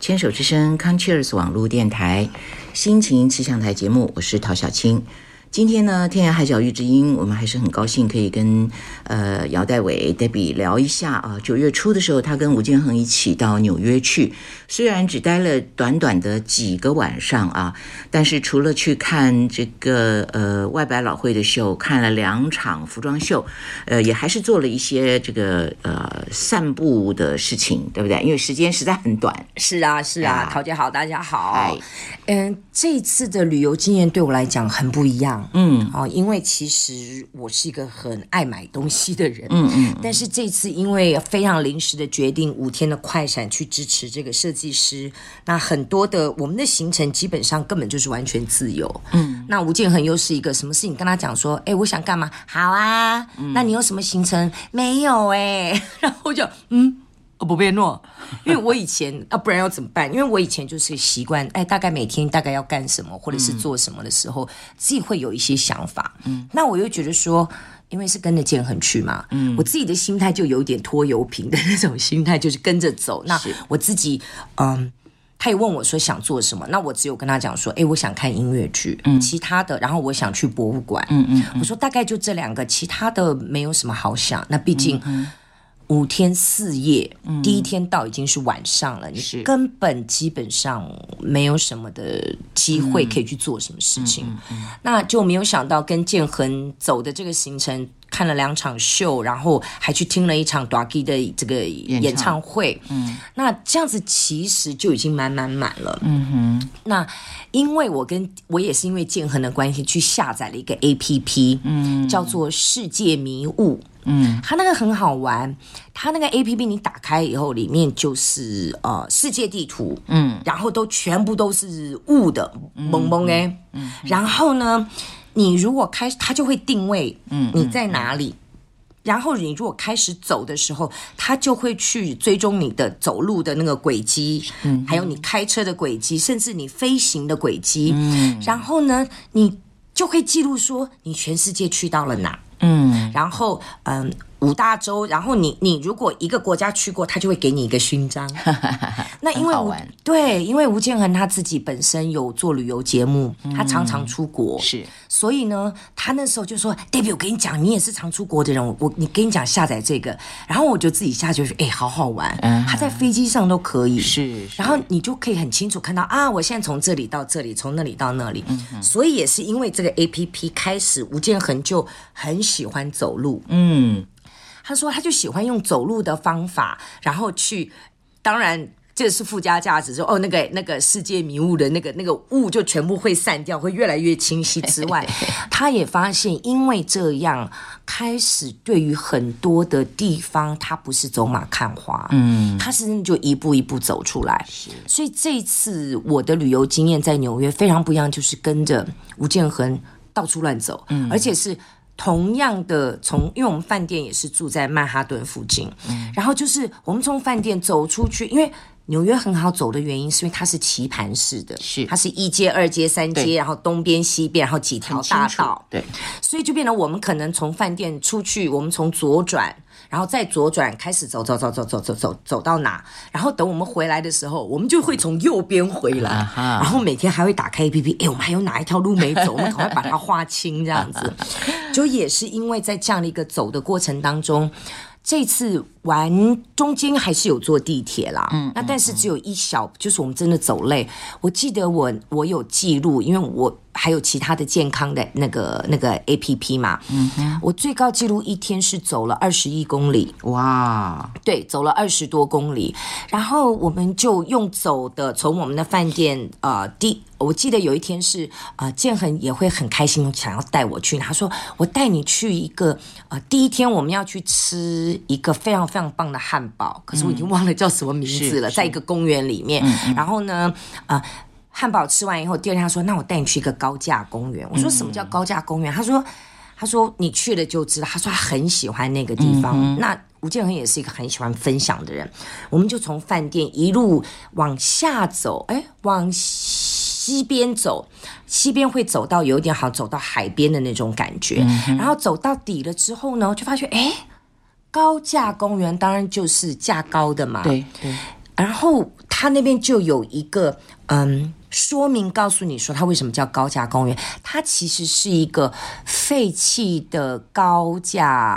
牵手之声 Concheers 网络电台心情气象台节目，我是陶小青。今天呢，天涯海角遇知音，我们还是很高兴可以跟呃姚代伟 Debbie 聊一下啊。九月初的时候，他跟吴建衡一起到纽约去，虽然只待了短短的几个晚上啊，但是除了去看这个呃外百老汇的秀，看了两场服装秀，呃，也还是做了一些这个呃散步的事情，对不对？因为时间实在很短。是啊，是啊啊，陶姐好，大家好哎。嗯，这次的旅游经验对我来讲很不一样。嗯哦，因为其实我是一个很爱买东西的人，嗯嗯，但是这次因为非常临时的决定，五天的快闪去支持这个设计师，那很多的我们的行程基本上根本就是完全自由。嗯，那吴建衡又是一个什么事情跟他讲说，哎，我想干嘛？好啊，嗯那你有什么行程？没有哎、然后我就嗯。我不被诺，因为我以前啊，不然要怎么办？因为我以前就是习惯，哎，大概每天大概要干什么，或者是做什么的时候，自己会有一些想法。嗯，那我又觉得说，因为是跟着建恒去嘛，嗯，我自己的心态就有点拖油瓶的那种心态，就是跟着走。那是我自己，嗯。他也问我说想做什么，那我只有跟他讲说，哎，我想看音乐剧，嗯，其他的，然后我想去博物馆，嗯嗯，我说大概就这两个，其他的没有什么好想。那毕竟五天四夜，第一天到已经嗯是晚上了，你是根本基本上没有什么的机会可以去做什么事情，那就没有想到跟建恒走的这个行程。看了两场秀，然后还去听了一场 d a g i 的这个唱演唱会，嗯，那这样子其实就已经满满满了，那因为我跟我也是因为建恒的关系去下载了一个 A P P，嗯，叫做《世界迷雾》。嗯，它那个很好玩，它那个 A P P 你打开以后，里面就是呃世界地图，嗯，然后都全部都是雾的，蒙蒙哎，嗯，然后呢，你如果开，它就会定位，嗯，你在哪里，然后你如果开始走的时候，它就会去追踪你的走路的那个轨迹，嗯，还有你开车的轨迹，甚至你飞行的轨迹，嗯，然后呢，你就会记录说你全世界去到了哪，嗯，然后嗯。五大洲，然后你你如果一个国家去过，它就会给你一个勋 章。那因为很好吴玩对，因为吴建衡他自己本身有做旅游节目，他常常出国，是所以呢，他那时候就说：“David，我跟你讲，你也是常出国的人，我我你跟你讲下载这个。”然后我就自己下去说：“哎、好好玩，他在飞机上都可以。”嗯是然后你就可以很清楚看到啊，我现在从这里到这里，从那里到那里。嗯所以也是因为这个 A P P 开始，吴建衡就很喜欢走路。嗯，他说他就喜欢用走路的方法，然后去，当然。这是附加价值，说哦，那个那个世界迷雾的那个那个雾就全部会散掉，会越来越清晰。之外，他也发现，因为这样，开始对于很多的地方，他不是走马看花，嗯，他是真的就一步一步走出来。嗯所以这一次我的旅游经验在纽约非常不一样，就是跟着吴建衡到处乱走，嗯而且是同样的从，因为我们饭店也是住在曼哈顿附近，嗯然后就是我们从饭店走出去，因为。纽约很好走的原因，是因为它是棋盘式的，是它是一街、二街、三对街，然后东边、西边，然后几条大道，对，所以就变成我们可能从饭店出去，我们从左转，然后再左转开始走走走走走走走走到哪，然后等我们回来的时候，我们就会从右边回来， 啊哈然后每天还会打开 A P P，哎，我们还有哪一条路没走，我们赶快把它划清，这样 子，就也是因为在这样的一个走的过程当中。这次玩中间还是有坐地铁啦，嗯，那但是只有一小，就是我们真的走累。我记得我我有记录，因为我还有其他的健康的那个那个 A P P 嘛，嗯，我最高记录一天是走了二十一公里，哇，对，走了二十多公里，然后我们就用走的，从我们的饭店呃第。我记得有一天是，呃，建恒也会很开心，想要带我去。他说：“我带你去一个，呃，第一天我们要去吃一个非常非常棒的汉堡，可是我已经忘了叫什么名字了，嗯是嗯在一个公园里面。然后呢，呃，汉堡吃完以后，第二天他说：‘那我带你去一个高架公园。’我说：‘什么叫高架公园？’他说：‘他说你去了就知道。’他说他很喜欢那个地方。那吴建衡也是一个很喜欢分享的人，我们就从饭店一路往下走，哎，往西边走，西边会走到有点好走到海边的那种感觉。然后走到底了之后呢，就发现哎。高架公园当然就是架高的嘛，对对，然后它那边就有一个嗯说明，告诉你说它为什么叫高架公园。它其实是一个废弃的高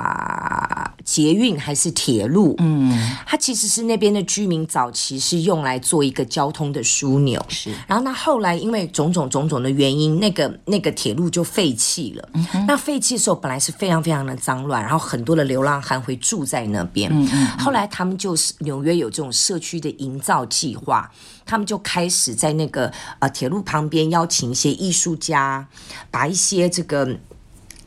架捷运还是铁路，嗯，它其实是那边的居民早期是用来做一个交通的枢纽，是然后那后来因为种种种种的原因，那个那个铁路就废弃了。那废弃的时候本来是非常非常的脏乱，然后很多的流浪汉会住在那边。后来他们就是纽约有这种社区的营造计划，他们就开始在那个呃铁路旁边邀请一些艺术家，把一些这个。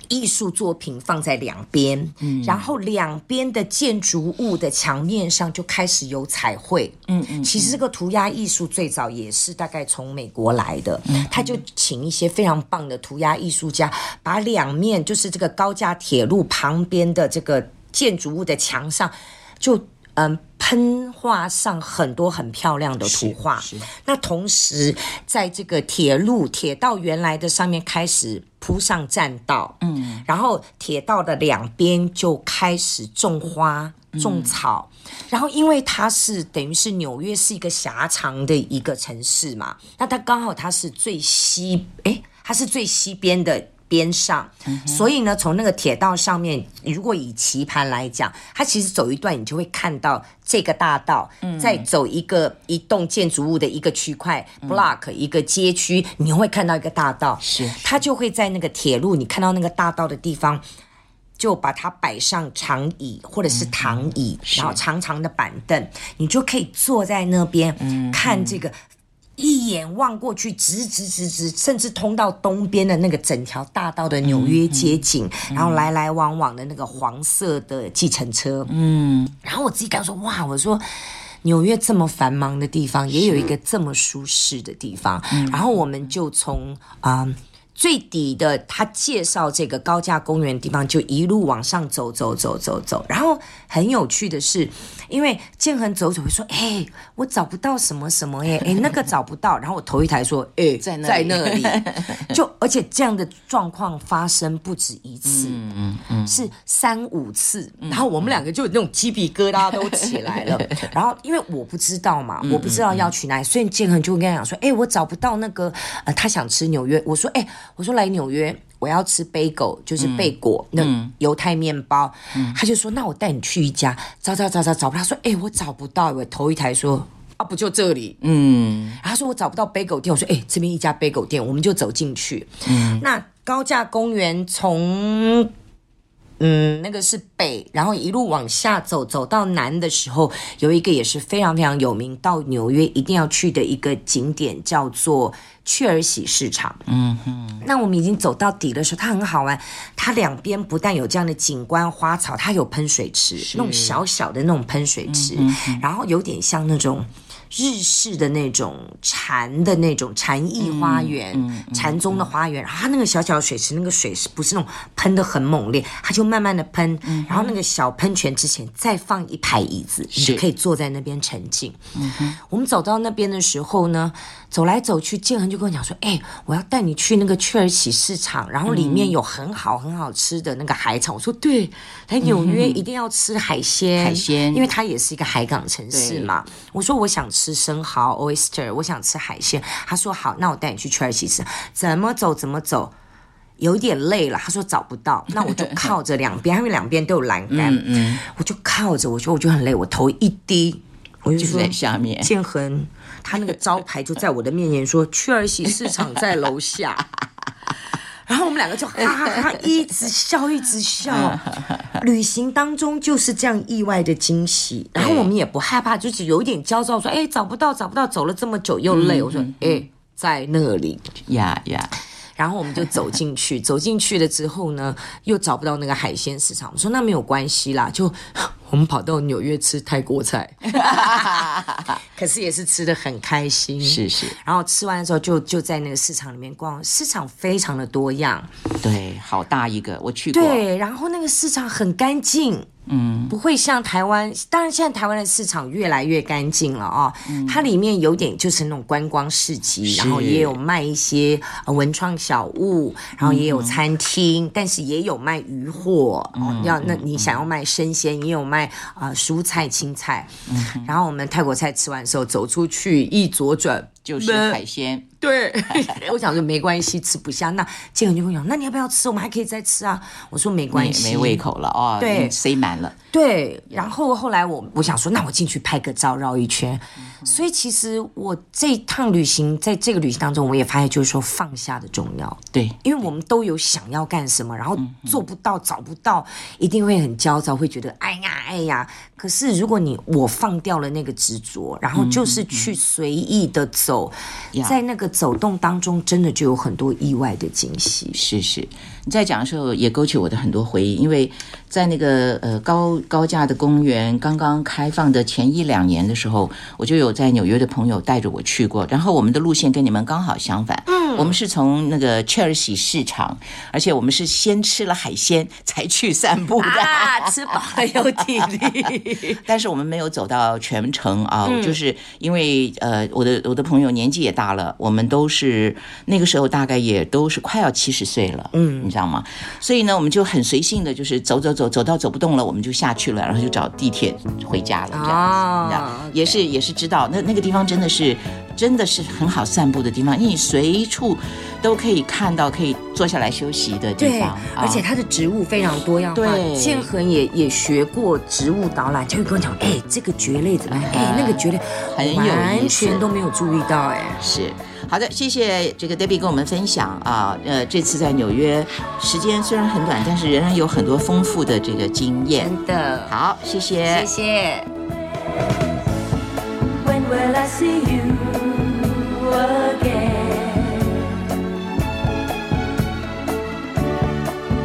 艺术作品放在两边，然后两边的建筑物的墙面上就开始有彩绘。嗯嗯，其实这个涂鸦艺术最早也是大概从美国来的，他就请一些非常棒的涂鸦艺术家，把两面就是这个高架铁路旁边的这个建筑物的墙上就。嗯，喷画上很多很漂亮的图画，是那同时，在这个铁路铁道原来的上面开始铺上栈道，嗯，然后铁道的两边就开始种花、种草，然后因为它是等于是纽约是一个狭长的一个城市嘛，那它刚好它是最西，诶，它是最西边的。边上，所以呢，从那个铁道上面，如果以棋盘来讲，它其实走一段，你就会看到这个大道，再走一个一栋建筑物的一个区块 block 一个街区，你会看到一个大道，是是它就会在那个铁路，你看到那个大道的地方。就把它摆上长椅或者是躺椅，然后长长的板凳，你就可以坐在那边、看这个，一眼望过去，直直直直，甚至通到东边的那个整条大道的纽约街景，然后来来往往的那个黄色的计程车，嗯，然后我自己感受哇，我说。纽约这么繁忙的地方，也有一个这么舒适的地方。嗯然后我们就从啊、最底的他介绍这个高架公园的地方，就一路往上走走走走走。然后很有趣的是，因为建恒走走会说：“哎、我找不到什么什么 耶，哎、那个找不到。”然后我头一抬说：“哎、在那在里那里。 就而且这样的状况发生不止一次，嗯是三五次，然后我们两个就有那种鸡皮疙瘩都起来了。 然后因为我不知道嘛，我不知道要去哪里，所以建恒就跟他讲说：“哎、我找不到那个呃，他想吃纽约。”我说：“哎、我说来纽约。”我要吃贝狗，就是贝果，那犹太面包。他就说：“那我带你去一家，找找找找找不到。”他说：“哎、我找不到。”我头一抬说：“啊，不就这里？”嗯，然后他说我找不到 bagel 店，我说哎、这边一家 bagel 店，我们就走进去。嗯，那高架公园从嗯那个是北，然后一路往下走，走到南的时候，有一个也是非常非常有名，到纽约一定要去的一个景点叫做雀儿喜市场。那我们已经走到底的时候，它很好玩。它两边不但有这样的景观花草，它有喷水池，那种小小的那种喷水池，然后有点像那种。日式的那种禅的那种禅意花园，禅宗的花园，然后它那个小小的水池，那个水是不是那种喷的很猛烈？它就慢慢的喷，然后那个小喷泉之前再放一排椅子，你是就可以坐在那边沉浸。嗯我们走到那边的时候呢，走来走去，建恒就跟我讲说：“哎、我要带你去那个雀儿喜市场，然后里面有很好很好吃的那个海产。我说：“对，来纽约 一定要吃海鲜，海鲜因为它也是一个海港城市嘛。”我说：“我想吃生蚝 oyster，我想吃海鲜。”他说：“好，那我带你去雀儿喜市，怎么走怎么走。”有一点累了，他说找不到，那我就靠着两边，因为两边都有栏杆，我就靠着，我说我就很累，我头一低，我就就是说在下面。建恒，他那个招牌就在我的面前说“雀儿喜市场在楼下”，然后我们两个就哈哈哈一直笑一直笑。旅行当中就是这样意外的惊喜，然后我们也不害怕，就是有一点焦躁，说：“哎，找不到，找不到，走了这么久又累。我说：“哎，在那里。”呀 呀，然后我们就走进去， 走进去了之后呢，又找不到那个海鲜市场。我说那没有关系啦，就 我们跑到纽约吃泰国菜，可是也是吃的很开心。是是，然后吃完的时候就就在那个市场里面逛，市场非常的多样，对，好大一个，我去过，对，然后那个市场很干净，嗯，不会像台湾，当然现在台湾的市场越来越干净了哦，它里面有点就是那种观光市集，然后也有卖一些呃文创小物，然后也有餐厅，但是也有卖鱼货，哦，要那你想要卖生鲜，也有卖啊、呃蔬菜青菜，然后我们泰国菜吃完的时候走出去一左转就是海鲜。对， 我想说没关系，吃不下。那建恒就会讲，那你要不要吃？我们还可以再吃啊。我说没关没系，没胃口了哦，对嗯塞满了，对，然后后来我我想说，那我进去拍个照，绕一圈。所以其实我这一趟旅行，在这个旅行当中，我也发现就是说放下的重要，对，因为我们都有想要干什么，然后做不到、找不到，一定会很焦躁，会觉得哎呀哎呀。可是如果你我放掉了那个执着，然后就是去随意的走，呀在那个走动当中，真的就有很多意外的惊 喜。是是。你在讲的时候也勾起我的很多回忆，因为在那个呃高高架的公园刚刚开放的前一两年的时候，我就有在纽约的朋友带着我去过，然后我们的路线跟你们刚好相反，嗯，我们是从那个切尔西市场，而且我们是先吃了海鲜才去散步的。啊，吃饱了有体力。但是我们没有走到全程啊，嗯就是因为呃，我的我的朋友年纪也大了，我们都是那个时候大概也都是快要七十岁了，嗯，你知道吗？所以呢，我们就很随性的，就是走走走走到走不动了，我们就下去了，然后就找地铁回家了，这样子，你知道哦也是也是知道那那个地方真的是真的是很好散步的地方，因为你随处都可以看到可以坐下来休息的地对方，，而且啊它的植物非常多样化。对建恒也也学过植物导览，就会跟我讲，哎，这个蕨类怎么样？哎，那个蕨类，嗯很有意思完全都没有注意到，哎，是，好的，谢谢这个 Debbie 跟我们分享啊，呃，这次在纽约时间虽然很短，但是仍然有很多丰富的这个经验。真的，好，谢谢，谢谢。 When will I see you again?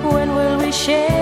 When will we share